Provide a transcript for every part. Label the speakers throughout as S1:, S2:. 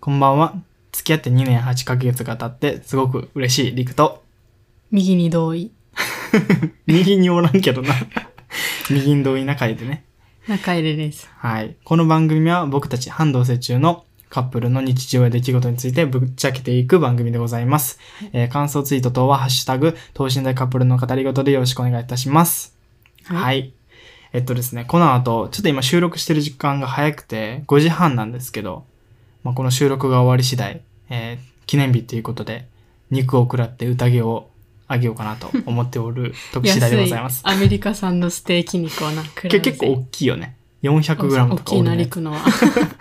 S1: こんばんは。付き合って2年8ヶ月が経って、すごく嬉しい、りくと。
S2: 右に同意。
S1: 右におらんけどな。右に同意な回でね。
S2: 中入れです。
S1: はい。この番組は僕たち半同棲中のカップルの日常や出来事についてぶっちゃけていく番組でございます。えー感想ツイート等はハッシュタグ、等身大カップルの語り事でよろしくお願いいたします。はい。
S2: い。
S1: えっとですね、この後、ちょっと今収録してる時間が早くて、5時半なんですけど、まあ、この収録が終わり次第、えー記念日ということで、肉を食らって宴をあげようかなと思っておる時次第でござい ます。
S2: 安アメリカ産のステーキ肉をな、く
S1: け結構大きいよね。400g と
S2: 大
S1: か
S2: きい
S1: 多い
S2: な、
S1: ね
S2: りくの は。
S1: だか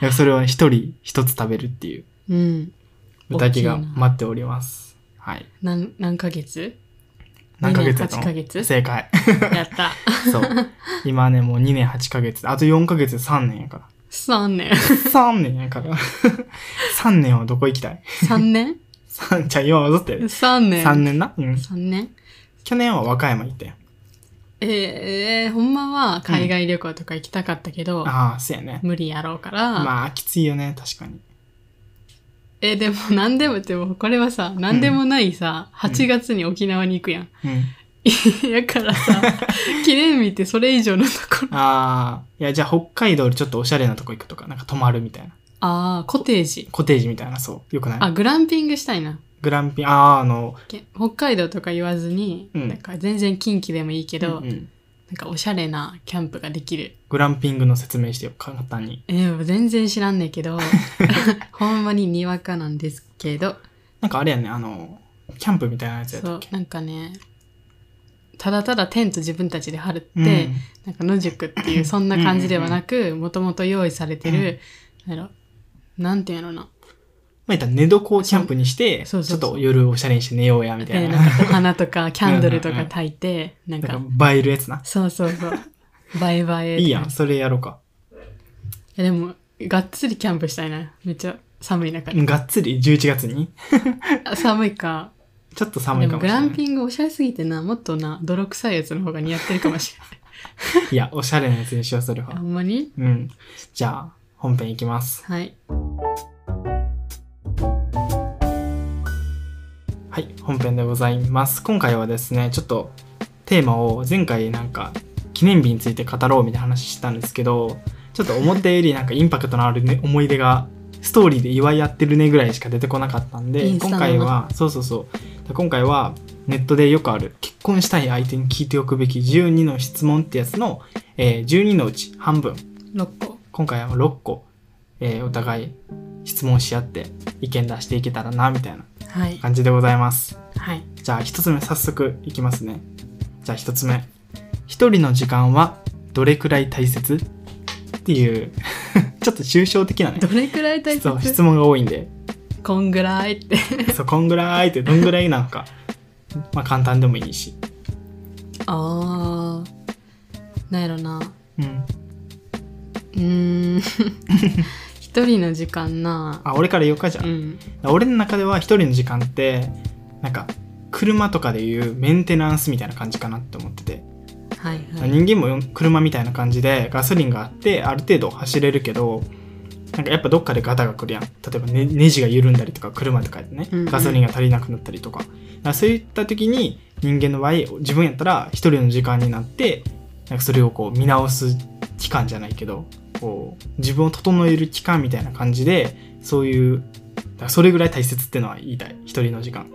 S1: らそれは一人一つ食べるっていう
S2: うん。
S1: 宴が
S2: 大きいな
S1: 待っております。はい。
S2: 何、何ヶ月
S1: 何ヶ月やった
S2: 2
S1: の
S2: 年8ヶ月
S1: 正解。
S2: やった。
S1: そう。今ね、もう2年8ヶ月。あと4ヶ月で3年やから。
S2: 3年。
S1: 3年やから。3年はどこ行きたい
S2: 3年
S1: 三じゃあ今戻って
S2: ?3 年。
S1: 3。年な。うん。
S2: 3年
S1: 去年は和歌山行ったよ。
S2: えーえー、ほんまは海外旅行とか行きたかったけど、
S1: ああ、そうやね。
S2: 無理やろうから、
S1: まあ、きついよね、確かに。
S2: えーでも何でもってもこれはさ何でもないさ、8月に沖縄に行くやん、
S1: うん。
S2: だか らさ記念日ってそれ以上のところ
S1: ああ、いや、じゃあ北海道でちょっとおしゃれなとこ行くとか、なんか泊まるみたいな。
S2: ああコテージ
S1: コテージみたいな、そう。よくな
S2: あ
S1: い
S2: グランピングしたいな
S1: グランピン、ああ、あの、
S2: け北海道とか言わずに、
S1: うん
S2: なんか全然近畿でもいいけど、
S1: うんうん
S2: なんかおしゃれなキャンプができる
S1: グランピングの説明してよ、簡単に。
S2: えー全然知らんねん けどほんまににわかなんですけど
S1: なんかあれやね、あの、キャンプみたいなやつやっ
S2: そ
S1: た
S2: う
S1: っけ
S2: なんかねただただテント自分たちで張るって、
S1: うん
S2: なんか野宿っていうそんな感じではなくもともと用意されてる、なんやろなんていうのな
S1: まあ、言ったら寝床をキャンプにして、ちょ
S2: そうそ
S1: っ
S2: うそう
S1: と夜おしゃれにして寝ようや、みた
S2: で
S1: い
S2: なん
S1: な。
S2: かお花とかキャンドルと
S1: うんう
S2: か
S1: んうん
S2: 炊いてなんか
S1: なんか映えるやつな。
S2: そうそうそうバイバイ
S1: いいやん、それやろうか。
S2: いやでもがっつりキャンプしたいなめっちゃ寒い中で
S1: がっつり11月に
S2: あ寒いか
S1: ちょっと寒いか
S2: でも
S1: もし
S2: グ
S1: れな
S2: ラ
S1: い。
S2: ンピングおしゃれすぎてなもっとな泥臭いやつの方が似合ってるかもしれない
S1: いや、おしゃれなやつにしよう、それ
S2: ほ
S1: は。
S2: んまに
S1: うん。じゃあ、本編いきます。
S2: はい
S1: はい、本編でございます。今回はですね、ちょっとテーマを前回なんか記念日について語ろうみたいな話したんですけど、ちょっと思ったよりなんかインパクトのある、ね、思い出がストーリーで祝い合ってるねぐらいしか出てこなかったんで、
S2: インスタ
S1: 今
S2: のな
S1: 回は、そうそうそう、今回はネットでよくある結婚したい相手に聞いておくべき12の質問ってやつの、えー12のうち半分
S2: 6個
S1: 今回は6個、えーお互い質問し合って意見出していけたらなみたいな
S2: はい
S1: 感じでございます
S2: はい
S1: じゃあ1つ目早速いきますねじゃあ1つ目一人の時間はどれくらい大切っていう ちょっと抽象的なね
S2: どれくらい大
S1: そう質
S2: 切
S1: 問が多いんで
S2: こんぐらいって
S1: そうこんぐらいってどんぐらいなのかまあ簡単でもいいし
S2: あーなんやろな
S1: うん
S2: うーん 一人の時間な
S1: あ俺から言おうかじゃあ、
S2: うん
S1: 俺の中では一人の時間ってなんか車とかでいうメンテナンスみたいな感じかなって思ってて
S2: はいはい
S1: 人間もよ車みたいな感じでガソリンがあってある程度走れるけどなんかやっぱどっかでガタが来るやん例えばねネジが緩んだりとか車とかでね
S2: うんうん
S1: ガソリンが足りなくなったりとか,、そういった時に人間の場合自分やったら一人の時間になってなんかそれをこう見直す期間じゃないけどこう自分を整える期間みたいな感じでそういうだからそれぐらい大切ってのは言いたい一人の時間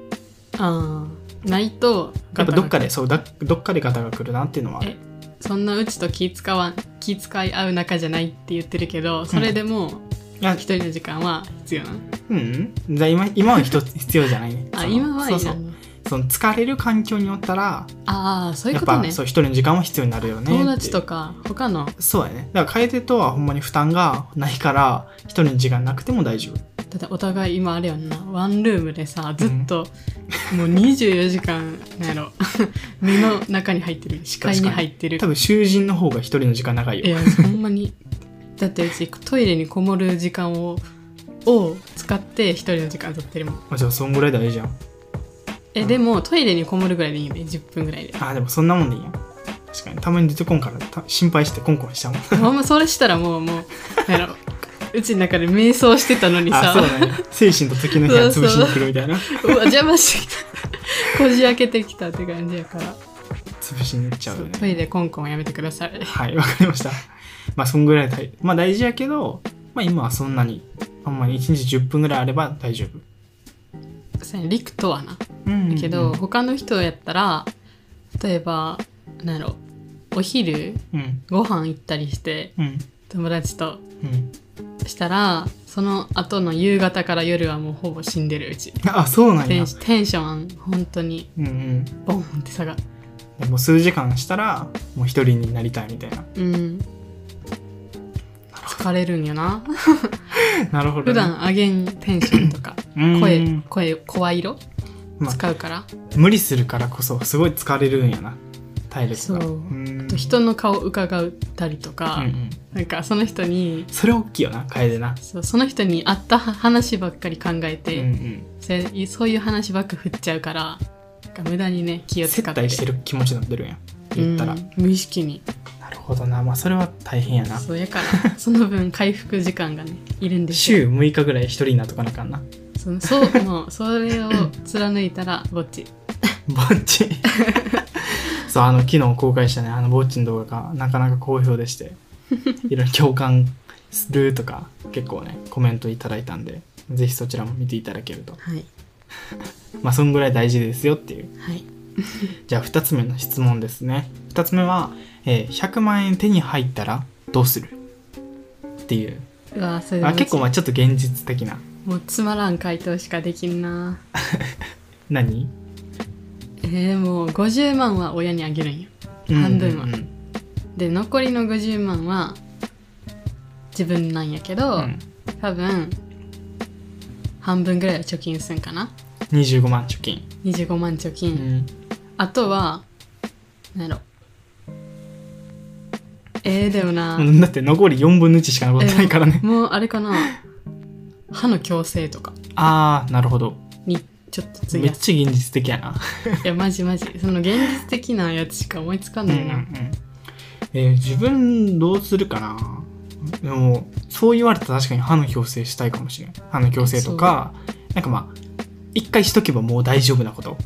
S2: あーないと
S1: やっぱどっか
S2: で
S1: でそうだどっかでガタが来るなっていうのはある
S2: えそんなうちと気使わん気使い合う仲じゃないって言ってるけどそれでも
S1: いや
S2: 一人の時間は必要なの
S1: うん、じゃあ今今は一つ必要じゃないね
S2: あ
S1: その
S2: 今はいい
S1: そ
S2: な
S1: うそうその疲れる環境におったら、
S2: ああそうい
S1: や
S2: う
S1: っ
S2: こと
S1: ぱ、
S2: ね
S1: そう一人の時間は必要になるよね
S2: 友達
S1: って
S2: とか他の
S1: そうやねだから楓とはほんまに負担がないから一人の時間なくても大丈夫
S2: だってお互い今あれやんなワンルームでさずっと、もう24時間なんやろ 目の中に入ってる視界に入ってる
S1: 多分囚人の方が一人の時間長い
S2: い
S1: よ
S2: やほんまにだってうちトイレにこもる時間をを使って一人の時間取ってるもん
S1: まあじゃあそんぐらい大事じゃん
S2: えでもトイレにこもるぐらいでいいね10分ぐらいで
S1: あでもそんなもんでいいや確かにたまに出てこんからた心配してコンコンしちゃうもん
S2: ほんまそれしたらもうもうなんやろうちの中で瞑想してたのに
S1: あ
S2: さ
S1: そうだね精神と時の部屋潰しに来るみたいな
S2: うわ邪魔してきたこじ開けてきたって感じやから、
S1: 潰しに行っちゃうよ
S2: そうトイ
S1: ね
S2: レコンコンはやめてください
S1: はいわかりましたまあそんぐらい大まあ大事やけど、まあ、今はそんなにあんまり1日10分ぐらいあれば大丈夫
S2: そうやね陸とはな
S1: うん
S2: だけど、
S1: うん
S2: 他の人やったら例えばなんやろお昼
S1: うん
S2: ご飯行ったりして
S1: うん
S2: 友達と
S1: うん
S2: したらその後の夕方から夜はもうほぼ死んでるうち
S1: あそうなん
S2: テ
S1: や
S2: ンテンション本当に
S1: うんうん
S2: ボンって下が
S1: でもう数時間したらもう一人になりたいみたいな
S2: うん疲れるんよな
S1: なるほど、ね、
S2: 普段上げんテンションとか
S1: うん
S2: 声声声色
S1: まあ
S2: 使うから、
S1: 無理するからこそすごい疲れるんやな体力
S2: そ
S1: が
S2: う
S1: うん
S2: あと人の顔伺ったりと
S1: うん
S2: か、
S1: うん
S2: なんかその人に
S1: それ大きいよな楓な
S2: そうその人に合った話ばっかり考え
S1: うん
S2: て、
S1: うん
S2: せそういう話ばっか振っちゃうからなんか無駄にね気を使
S1: 接
S2: って
S1: 待してる気持ちになってるんや言ったら、
S2: うん無意識に
S1: なるほどなまあそれは大変やな
S2: そうやからその分回復時間がねいるんですよ
S1: 週6日ぐらい一人になっとかなあかんな
S2: そのそうもうそれを貫いたらぼっち
S1: ぼっ ちそうあの昨日公開したねあのぼっちの動画がなかなか好評でしていろいろ共感するとか結構ねコメントいただいたんでぜひそちらも見ていただけると
S2: はい
S1: まあそんぐらい大事ですよっていう
S2: はい
S1: じゃあ2つ目の質問ですね2つ目は、えー100万円手に入ったらどうするっていう
S2: うわそれ
S1: あ結構ま
S2: も
S1: あちょっと現実的な
S2: うもうつまらん回答しかできんな
S1: 何
S2: えー、もう50万は親にあげるんよ半分は
S1: うんうん
S2: で残りの50万は自分なんやけ
S1: う
S2: ど、
S1: んうん
S2: 多分半分ぐらいは貯金すんかな
S1: 25万貯金、
S2: 25万貯
S1: う
S2: 金、
S1: ん、
S2: あとはなんやろえー、でもな、
S1: だって残り4分の1しか残ってないからね、
S2: もうあれかな歯の矯正とか
S1: ああなるほど
S2: にちょっと費
S1: め
S2: や
S1: っ
S2: す
S1: ちゃ現実的やな、
S2: いやマジマジその現実的なやつしか思いつかん
S1: うんう
S2: なんいな、
S1: えー自分どうするかなでもそう言われたら確かに歯の矯正したいかもしれん歯の矯正とかなんかまあ一回しとけばもう大丈夫なこと、
S2: うん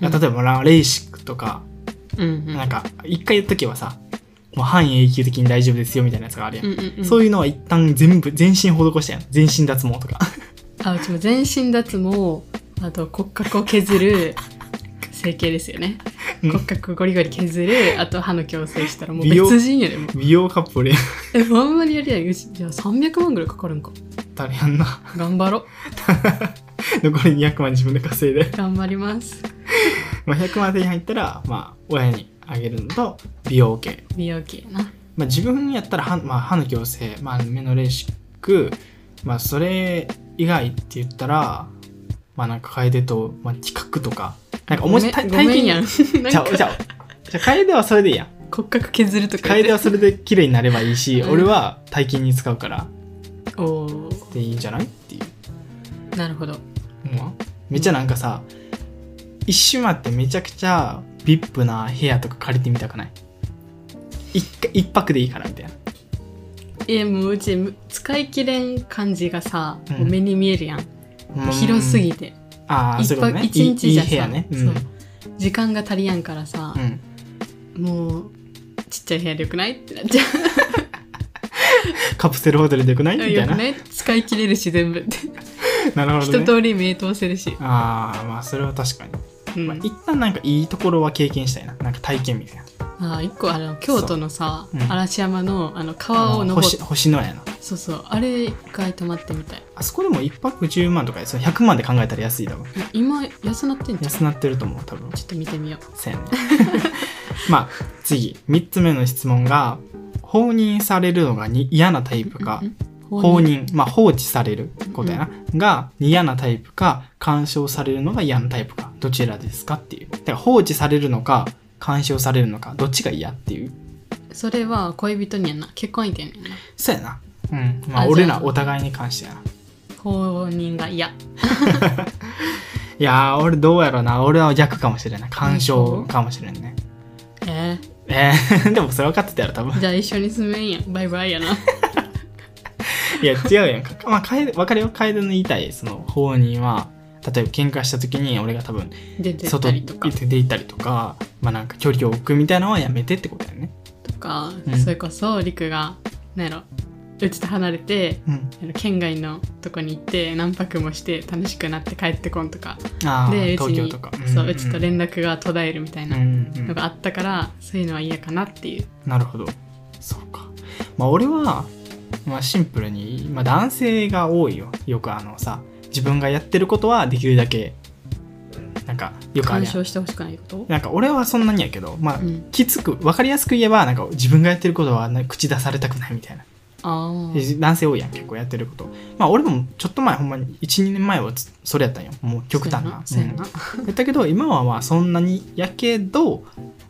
S1: 例えばラレーシックとか、
S2: うんうん
S1: なんか一回やっとけばさもう半永久的に大丈夫ですよみたいなやつがあるやん、
S2: うんうんうん、
S1: そういうのは一旦全部全身施したやん全身脱毛と か
S2: あうちも全身脱毛あと骨格を削る整形ですよね
S1: うん
S2: 骨格ゴリゴリ削るあと歯の矯正したらもう
S1: 美容
S2: 別人やでもう
S1: 美容カップルや
S2: えほんまにやりたいうちじゃあ300万ぐらいかかるんか
S1: ったらやんな
S2: 頑張ろう
S1: 残り200万自分で稼いで、
S2: 頑張ります
S1: まあ、100万手に入ったら、まあ、親にあげるのと美容系、
S2: 美容系やな
S1: まあ、自分やったら歯,、まあ、歯の矯正、まあ、目のレーシック、まあ、それ以外って言ったら、まあ、なんか楓と、まあ、企画とかなんか
S2: ご
S1: 面
S2: め
S1: 白
S2: ん
S1: い体
S2: ごめんや んなん
S1: じゃあ
S2: か
S1: じゃあじゃあ楓はそれでいい やん
S2: 骨格削るとか
S1: 楓
S2: 言
S1: は
S2: って
S1: それで綺麗になればいいし、
S2: うん
S1: 俺は大金に使うから
S2: おー
S1: でいいんじゃないっていう、
S2: なるほど
S1: うん、めっちゃなんかさ一周回ってめちゃくちゃ VIP な部屋とか借りてみたくない一回一泊でいいからみたいな
S2: えもううちむ使い切れん感じがさ、
S1: うん
S2: もう目に見えるやん、
S1: うん
S2: 広すぎて
S1: ああ
S2: 一
S1: そういうこと
S2: 泊
S1: ね
S2: 一日じゃ
S1: いい
S2: さ
S1: 部屋ねうん
S2: そう時間が足りやんからさ
S1: う、ん
S2: もうちっちゃい部屋でよくないってなっちゃう
S1: カプセルホテルでよく ないみたい
S2: よ
S1: な
S2: くない使い切れるし全部って
S1: なるほど
S2: 一
S1: ね
S2: 通り目通せるし、
S1: ああまあそれは確かに、
S2: うん
S1: まあ、一旦なんかいいところは経験したいななんか体験みたいな
S2: あ一個あの京都のさ、
S1: そううん
S2: 嵐山のあの川
S1: あ
S2: を
S1: の
S2: 登っ
S1: 星
S2: て
S1: 星のやな
S2: そうそうあれ一回泊まってみたい
S1: あそこでも1泊10万とかでその100万で考えたら安いだろ
S2: 今安なってんじゃんちょ
S1: 安なってると思う多分
S2: っと見てみよ
S1: せやね まあ次3つ目の質問が放任されるのがに嫌なタイプ
S2: う
S1: か
S2: うん
S1: 放任まあ放置されることやな、が嫌なタイプか干渉されるのが嫌なタイプかどちらですかっていうだから放置されるのか干渉されるのかどっちが嫌っていう
S2: それは恋人にやんな結婚相手にやんな
S1: そうやなうんまあ
S2: あ
S1: 俺
S2: じゃ
S1: ら
S2: あ
S1: お互いに関してやな
S2: 放任が嫌
S1: いやー俺どうやろうな俺は逆かもしれんない干
S2: 干
S1: 渉
S2: 渉
S1: かもしれんね
S2: え
S1: えーでもそれ分かってたやろ多分
S2: ー、じゃあ一緒に住めんやんバイバイやな
S1: いや違うやんか、まあ、かえ分かるよ楓の言いたいその放任は例えば喧嘩した時に俺が多分
S2: 出て
S1: 外
S2: た
S1: に
S2: りとか
S1: 出て行ったりとかまあなんか距離を置くみたいなのはやめてってことだよね
S2: とか、
S1: うん
S2: それこそりくがなんやろうちと離れて
S1: うん
S2: なんやろ県外のとこに行って何泊もして楽しくなって帰ってこんとか
S1: ああ
S2: でうち
S1: 東京
S2: に
S1: とか
S2: そううちと連
S1: 絡
S2: 絡が途絶えるみたい
S1: うん
S2: な
S1: うん
S2: のがあったからそういうのは嫌かなっていう
S1: なるほどそうかまあ俺は、まあ、シンプルに、まあ、男性が多いよよくあのさ自分がやってることはできるだけなんかよくある
S2: 干
S1: やん
S2: 渉してほしくないこと
S1: なんか俺はそんなにやけどまあ、
S2: うん
S1: きつく分かりやすく言えばなんか自分がやってることはな口出されたくないみたいな
S2: ああ
S1: 男性多いやん結構やってることまあ俺もちょっと前ほんまに12年前はつそれやったんよもう極端な
S2: そうやな、
S1: うんやったけど今はまあそんなにやけど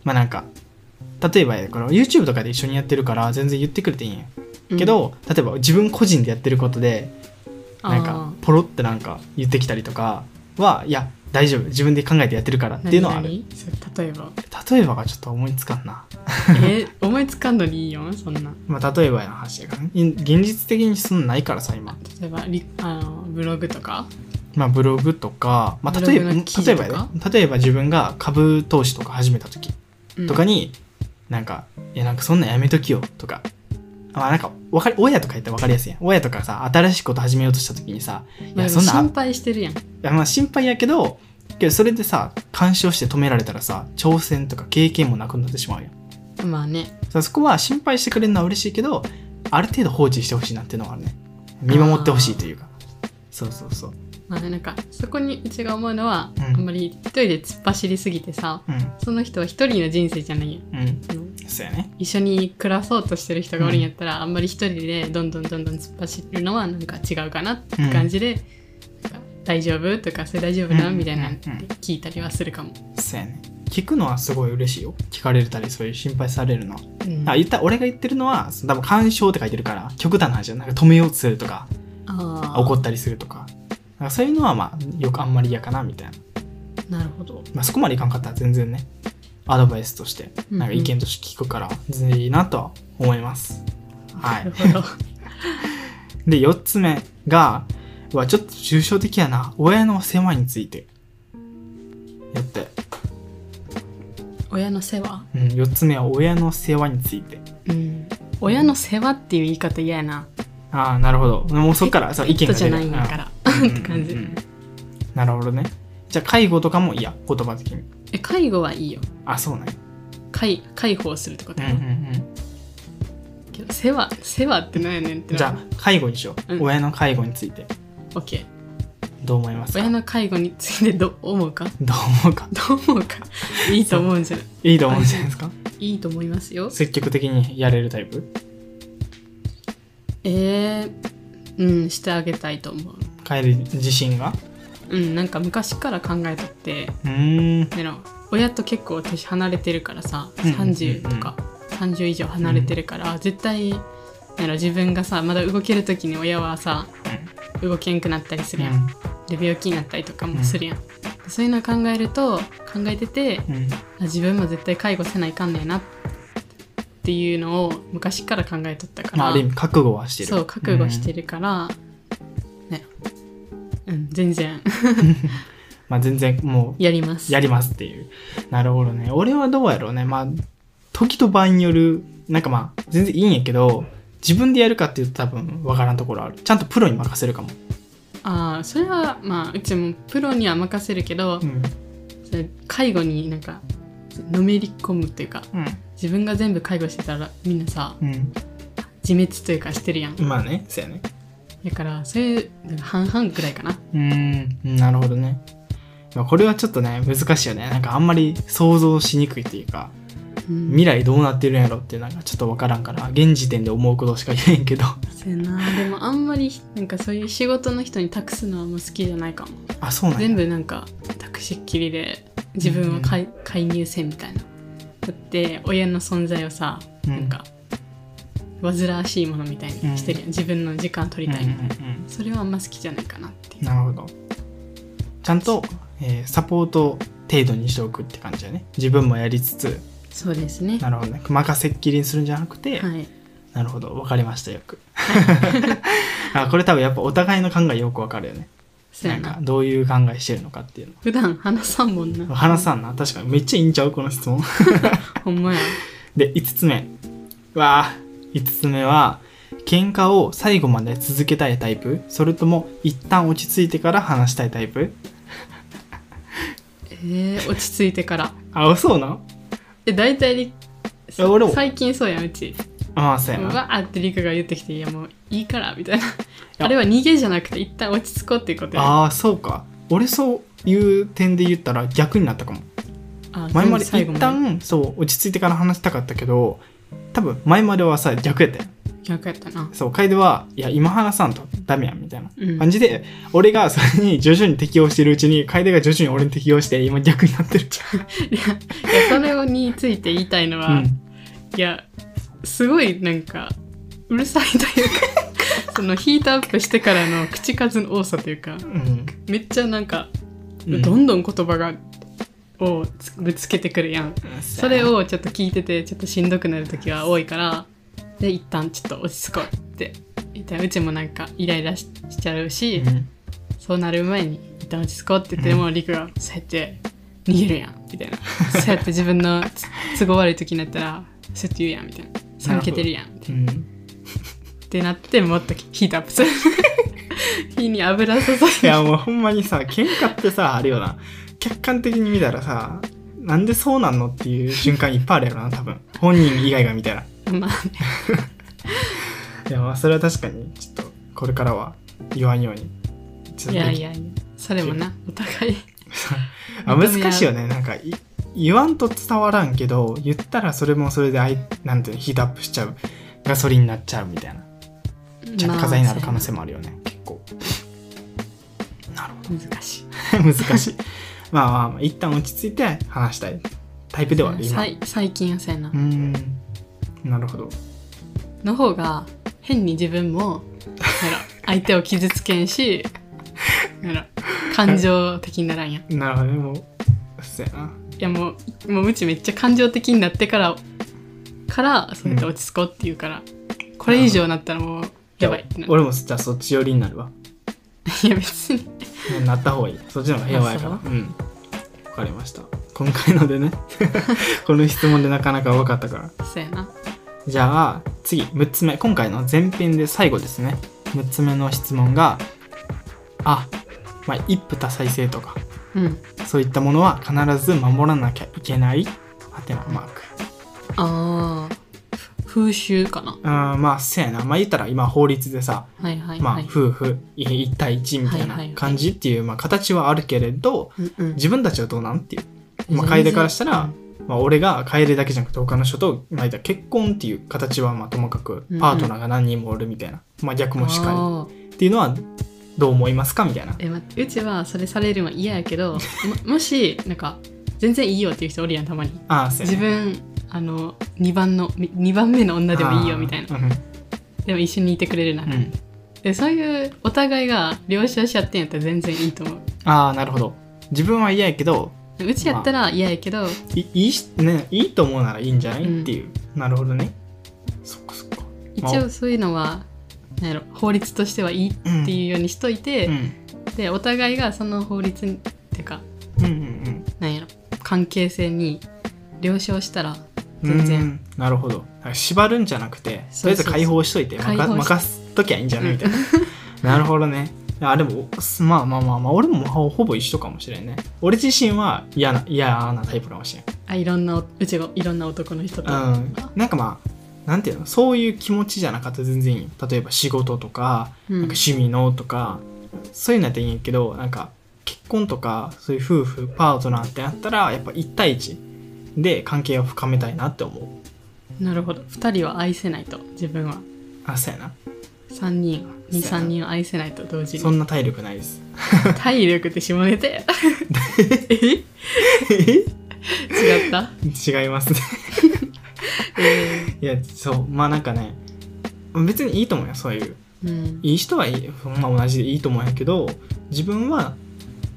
S1: まあなんか例えばこの YouTube とかで一緒にやってるから全然言ってくれていいんや
S2: うん
S1: けど、例えば自分個人でやってることでなん
S2: あ
S1: か
S2: ー
S1: ポロってなんか言ってきたりとかはいや大丈夫自分で考えてやってるからっていうのはある
S2: 何々それ例えば
S1: 例えばがちょっと思いつかんな、
S2: え思いつかんのにいいよそんな
S1: まあ、例えばの話やからねい現実的にそんなないからさ今
S2: 例えばリあのブログとか
S1: まあ、ブログとか、まあ、
S2: ブロ
S1: 例え
S2: グ
S1: ば
S2: の記事
S1: 例えば
S2: とか
S1: ね例えば自分が株投資とか始めた時
S2: うん
S1: とかに、なんか「いやなんかそんなんやめときよ」とか。まあなんかわかり親とか言ったら分かりやすいやん親とかさ新しいこと始めようとした時にさい
S2: まあ
S1: や
S2: で
S1: そ
S2: も
S1: んな
S2: 心配してるやん
S1: あまあ心配やけどけどそれでさ干渉して止められたらさ挑戦とか経験もなくなってしまうやん
S2: まあね
S1: さそこは心配してくれるのは嬉しいけどある程度放置してほしいなっていうのはあるね見守ってほしいというかそうそうそう
S2: まあねなんかそこにうちが思うのは、
S1: うん
S2: あんまり一人で突っ走りすぎてさ
S1: うん
S2: その人は一人の人生じゃないやん
S1: うん
S2: あの
S1: そうやね
S2: 一緒に暮らそうとしてる人がおるんやったら、あんまり一人でどんどんどんどん突っ走るのはなんか違うかなって感じで、なんか大丈夫とかそれ大丈夫な、
S1: うん
S2: みたいなのっ
S1: うんうん
S2: て聞いたりはするかも、
S1: そうやね聞くのはすごい嬉しいよ聞かれたりそういう心配されるのは
S2: うん
S1: あ言った俺が言ってるのはその多分干渉って書いてるから極端な話じゃなんか止めようとするとか
S2: あー
S1: 怒ったりするとかなんかそういうのはまあよくあんまり嫌かなみたいな、
S2: なるほど
S1: まあ、そこまでいかんかったら全然ねアドバイスとして
S2: うんうん
S1: なんか意見として聞くから全然いいなとは思います、は
S2: ないるほど
S1: で4つ目がうわちょっと抽象的やな親の世話についてやって、
S2: 親の世話、
S1: うん、4つ目は親の世話について
S2: うん、親の世話っていう言い方嫌やな
S1: ああなるほどもうそっからそう意見
S2: 人
S1: が
S2: じゃ
S1: 出る
S2: ないんやから
S1: うん
S2: って感じ、
S1: うんうんうんなるほどねじゃあ介護とかもいや言葉的に
S2: え介護はいいよ
S1: あそうね
S2: 介介抱するってこと
S1: うん
S2: や
S1: うん
S2: な、
S1: うん
S2: けど世話世話ってなんやねんって
S1: じゃあ介護にしよう、
S2: うん
S1: 親の介護について
S2: オッケー
S1: どう思いますか
S2: 親
S1: どう
S2: の介護についてどう思うか
S1: 思うか
S2: どう思う かいいと思うんじゃない
S1: いいと思うんじゃないですか
S2: いいと思いますよ
S1: 積極的にやれるタイプ
S2: えー、うんしてあげたいと思う
S1: 帰る自信が
S2: うんなんか昔から考えたって
S1: うーん
S2: での親と結構年離れてるからさ
S1: うんうんうん
S2: 30とか30以上離れてるから絶対なら自分がさまだ動ける時に親はさ動けんくなったりするやん、で病気になったりとかもするやん、そういうのを考えると考えてて
S1: うんうん
S2: あ自分も絶対介護せないかんねんなっていうのを昔から考えとったから、
S1: まあある意味覚悟はしてる
S2: そう覚悟して
S1: る、
S2: るから、ねうん全然
S1: うんまあ全然も
S2: やります
S1: うやりますっていうなるほどね俺はどうやろうねまあ時と場合によるなんかまあ全然いいんやけど自分でやるかっていうと多分わからんところあるちゃんとプロに任せるかも、
S2: ああそれはまあうちもプロには任せるけど、
S1: うん
S2: それ介護になんかのめり込むっていうか
S1: う
S2: 自分が全部介護してたらみんなさ
S1: ん、
S2: 自滅というかしてるやん
S1: まあねそうやね
S2: だからそういうなんか半々ぐらいかな
S1: うんなるほどねまあこれはちょっとね難しいよねなんかあんまり想像しにくいっていうか
S2: うん
S1: 未来どうなってるんやろっていうのがちょっと分からんから現時点で思うことしか言えんけど
S2: そうやなでもあんまりなんかそういう仕事の人に託すのはもう好きじゃないかも
S1: あそうなんや
S2: 全部なんか託しっきりで自分は介介入せんみたいなだって親の存在をさ、
S1: うん
S2: なんか煩わしいものみたいにしてるやん、自分の時間取りたいみたいな、
S1: うんうんうん
S2: それはあんま好きじゃないかなっていう
S1: なるほどちゃんと、えーサポート程度にしておくって感じだね自分もやりつつ
S2: そうですね
S1: なるほどね任せっきりにするんじゃなくて、
S2: はい
S1: なるほど分かりましたよく あこれ多分やっぱお互いの考えよくわかるよね
S2: そう
S1: な
S2: や
S1: んか
S2: な
S1: どういう考えしてるのかっていう
S2: 普段話さんもんな
S1: の話さんな確かにめっちゃいいんちゃうこの質問
S2: ほんまや
S1: で5つ目わあ5つ目は喧嘩を最後まで続けたいタイプそれとも一旦落ち着いてから話したいタイプ
S2: えー、落ち着いてから
S1: あそうなの
S2: え大体り
S1: や俺も
S2: 最近そうやんうち
S1: ああそうや
S2: う
S1: な
S2: わーってリクが言ってきて「いやもういいから」みたいな
S1: や
S2: あれは逃げじゃなくて一旦落ち着こうっていうことや
S1: ああそうか俺そういう点で言ったら逆になったかも
S2: あ
S1: 前まで
S2: 全
S1: 一
S2: 部最後まで
S1: 旦そう落ち着いてから話したかったけど多分前まではさ逆やったよ
S2: 逆やったな
S1: そう楓はいや今話さんとダメやんみたいな
S2: うん
S1: 感じで、俺がそれに徐々に適応してるうちに楓が徐々に俺に適応して今逆になってるじ
S2: いやいやそれについて言いたいの
S1: ゃ
S2: は、
S1: ん、うん、
S2: いやすごいなんかうるさいというか そのヒートアップしてからの口数の多さというか
S1: うん
S2: めっちゃなんか、
S1: うん
S2: どんどん言葉がをつぶつけてくるやんそれをちょっと聞いててちょっとしんどくなる時は多いからで一旦ちょっと落ち着こうって言ったらうちもなんかイライラししちゃうし、
S1: うん
S2: そうなる前に一旦落ち着こうって言ってもりくがそうやって逃げるやんみ たいなそうやって自分のつ都合悪い時になったらそうやって言うやんみたいなさんけてるやんみたいな
S1: うん
S2: ってなってもっとヒートアップする火に油注い
S1: い
S2: で
S1: やもうほんまにさ喧嘩ってさあるよな客観的に見たらさなんでそうなんのっていう瞬間いっぱいあるやろな多分本人以外が見たら
S2: まあ
S1: いやまあそれは確かにちょっとこれからは言わんようにちょっ
S2: い
S1: と
S2: やいやいやそれもなお互い
S1: あ
S2: 認め合う
S1: 難しいよねなんかい言わんと伝わらんけど言ったらそれもそれであいなんていうのヒートアップしちゃうガソリンになっちゃうみたいな着
S2: まあ
S1: 火剤になる可能性もあるよね結構なるほど
S2: そうやな難しい
S1: 難しいまあまあまあ一旦落ち着いて話したいタイプではある今
S2: さい最近はそうやな
S1: うーんなるほど
S2: の方が変に自分もなんやろ相手を傷つけんしなんやろ感情的にならんやん
S1: なるほどねもうそうやない
S2: やもうもううちめっちゃ感情的になってからからそうやって落ち着こうって言うから、これ以上なったらもうやばいってなる
S1: 俺もじゃあそっち寄りになるわ
S2: いや別に
S1: なった方がいいそっちの方が平和やから
S2: あ
S1: うんわかりました今回のでね この質問でなかなか分かったから
S2: そうやな
S1: じゃあ次6つ目今回の前編で最後ですね6つ目の質問があまあ一夫多妻制とか
S2: うん
S1: そういったものは必ず守らなきゃいけないはてなマーク
S2: あー風習かな
S1: うんまあせやなまあ言ったら今法律でさ
S2: はいはいはい、
S1: まあ夫婦い一対一みたい
S2: はいはい
S1: な
S2: はい
S1: 感じっていうまあ形はあるけれど
S2: うんうん
S1: 自分たちはどうなんっていう
S2: 全
S1: まあ、
S2: 然
S1: 楓からした
S2: う
S1: ら
S2: ん、
S1: まあ、俺が楓だけじゃなくて他の人と、まあ、結婚っていう形はまあともかく
S2: うんうん
S1: パートナーが何人もおるみたいな、まあ、逆もしか
S2: あー
S1: りっていうのはどう思いますかみたいな。
S2: え待ってうちはそれされるのは嫌やけどももしなんか全然いいよっていう人おるやんたまに
S1: ああそうや
S2: 自
S1: ね
S2: 分あの2番の二番目の女でもいいよみたいな
S1: ああうん
S2: でも一緒にいてくれるなら、
S1: うん
S2: でそういうお互いが了承し合ってんやったら全然いいと思
S1: ああなるほど自分は嫌やけど
S2: ううちやったら嫌やけど、
S1: いいいし、ね、いいと思うならいいんじゃない、
S2: うん
S1: っていうなるほどねそっかそっか
S2: 一応そういうのはなんやろ法律としてはいいっていうようにしといて、
S1: うん
S2: でお互いがその法律にっていうか
S1: うんうん
S2: なんやろ関係性に了承したら
S1: うん
S2: 全然
S1: うんなるほどだから縛るんじゃなくてと
S2: そ
S1: りあ
S2: うそう
S1: えず
S2: そう
S1: 解放しといて
S2: 解放
S1: 任
S2: し
S1: 任すときゃいいんじゃないみたいな なるほどね。あでも、すまあまあまあまあ、俺もほほぼ一緒かもしれんね。俺自身は嫌な、嫌なタイプかもしれん。
S2: あいろんなおうちがいろんな男の人と、
S1: うん。なんかまあ、なんていうの、そういう気持ちじゃなかったら全然いいよ。例えば仕事とか、
S2: うん
S1: なんか趣味のとか、そういうのやったらいいんやけど、なんか、結婚とか、そういう夫婦、パートナーってなったら、やっぱ一対一で関係を深めたいなって思う。
S2: なるほど2人は愛せないと自分は
S1: あ、そうやな。
S2: 3人
S1: そうやな
S2: 23人を愛せないと同時
S1: そ
S2: に
S1: んな体力ないです。
S2: 体力って下ネタやえ違った
S1: 違いますね。
S2: え
S1: いや、そう。まあなんかね、別にいいと思うよ、そういう。
S2: ーうん
S1: いい人はいい、まあ、同じでいいと思うんやけど自分は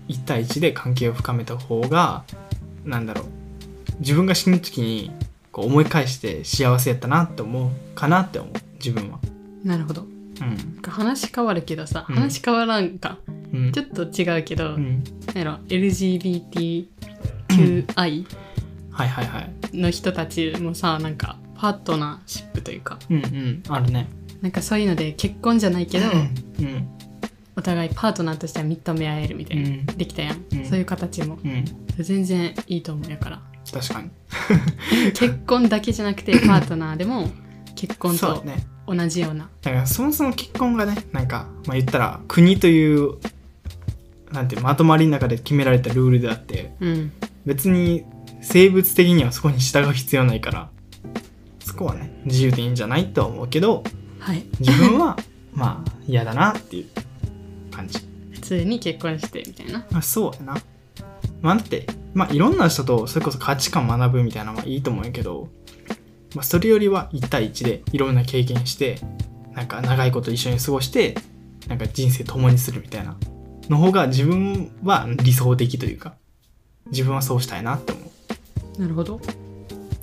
S1: 1対1で関係を深めた方がなんだろう自分が死ぬ時にこう思い返して幸せやったなって思うかなって思う自分は
S2: なるほど
S1: うん
S2: 話変わるけどさ
S1: うん
S2: 話変わらんか、
S1: うん
S2: ちょっと違うけど、
S1: うん
S2: なんやろ LGBTQI
S1: はいはいはい
S2: の人たちもさなんかパートナーシップというか
S1: うんうんあるね
S2: なんかそういうので結婚じゃないけど、
S1: うん
S2: お互いパートナーとしては認め合えるみた
S1: う
S2: いな、
S1: ん
S2: できたやん、
S1: うん
S2: そういう形も
S1: うん
S2: 全然いいと思うやから
S1: 確かに
S2: 結婚だけじゃなくてパートナーでも結婚
S1: そう
S2: と
S1: ね
S2: 同じような
S1: だからそもそも結婚がねなんか、まあ、言ったら国というなんてまとまりの中で決められたルールであって
S2: うん
S1: 別に生物的にはそこに従う必要ないからそこはね自由でいいんじゃないとは思うけど
S2: はい
S1: 自分はまあ嫌だなっていう感じ
S2: 普通に結婚してみたいな
S1: まあそうやなまあだってまあいろんな人とそれこそ価値観学ぶみたいなのはいいと思うんやけど、まあ、それよりは1対1でいろんな経験してなんか長いこと一緒に過ごしてなんか人生共にするみたいなの方が自分は理想的というか自分はそうしたいなって思う
S2: なるほど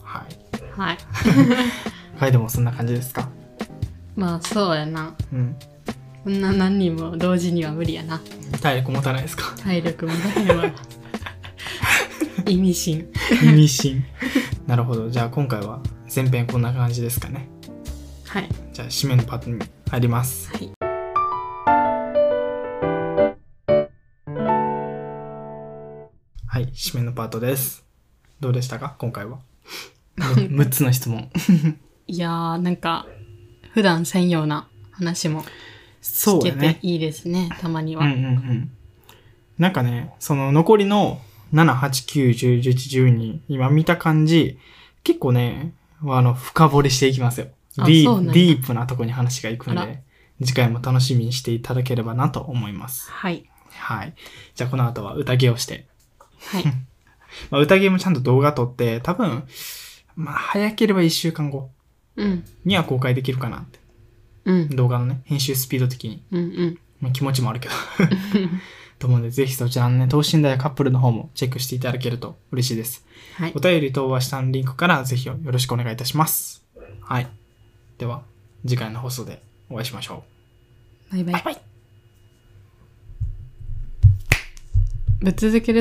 S1: はい
S2: はい
S1: はいでもそんな感じですか
S2: まあそうやな
S1: うん
S2: そんな何人も同時には無理やな
S1: 体力持たないです か
S2: 体力もないわ 意味深
S1: ミシン なるほどじゃあ今回は前編こんな感じですかね
S2: はい
S1: じゃあ締めのパートに入ります
S2: はい
S1: はい、締めのパートです。どうでしたか今回 は。6つの質問。
S2: いやーなんか普段せんような話も
S1: そ
S2: 聞
S1: う
S2: け
S1: や
S2: て
S1: ね。
S2: いいですねたまに
S1: うん
S2: は、
S1: うんうん。なんかね、その残りの7、8、9、10、11、12、今見た感じ、結構ね、あの、深掘りしていきますよ。
S2: あ
S1: ディ
S2: そうなん
S1: ー
S2: や
S1: ディープなとこに話がいくん
S2: あら
S1: で、次回も楽しみにしていただければなと思います。
S2: はい
S1: はい。じゃあこの後は宴をして、
S2: はい
S1: まあ、宴もちゃんと動画撮って、多分、まあ、早ければ1週間後
S2: うん
S1: には公開できるかなって。
S2: うん
S1: 動画のね、編集スピード的に。
S2: うんうん
S1: まあ、気持ちもあるけど。 と思うので、ぜひそちらのね、等身大カップルの方もチェックしていただけると嬉しいです。
S2: はい
S1: お便り等は下のリンクからぜひよろしくお願いいたします。はい。では、次回の放送でお会いしましょ
S2: バイ
S1: う。
S2: バ
S1: バイ
S2: イ
S1: バイ
S2: ぶっ続ける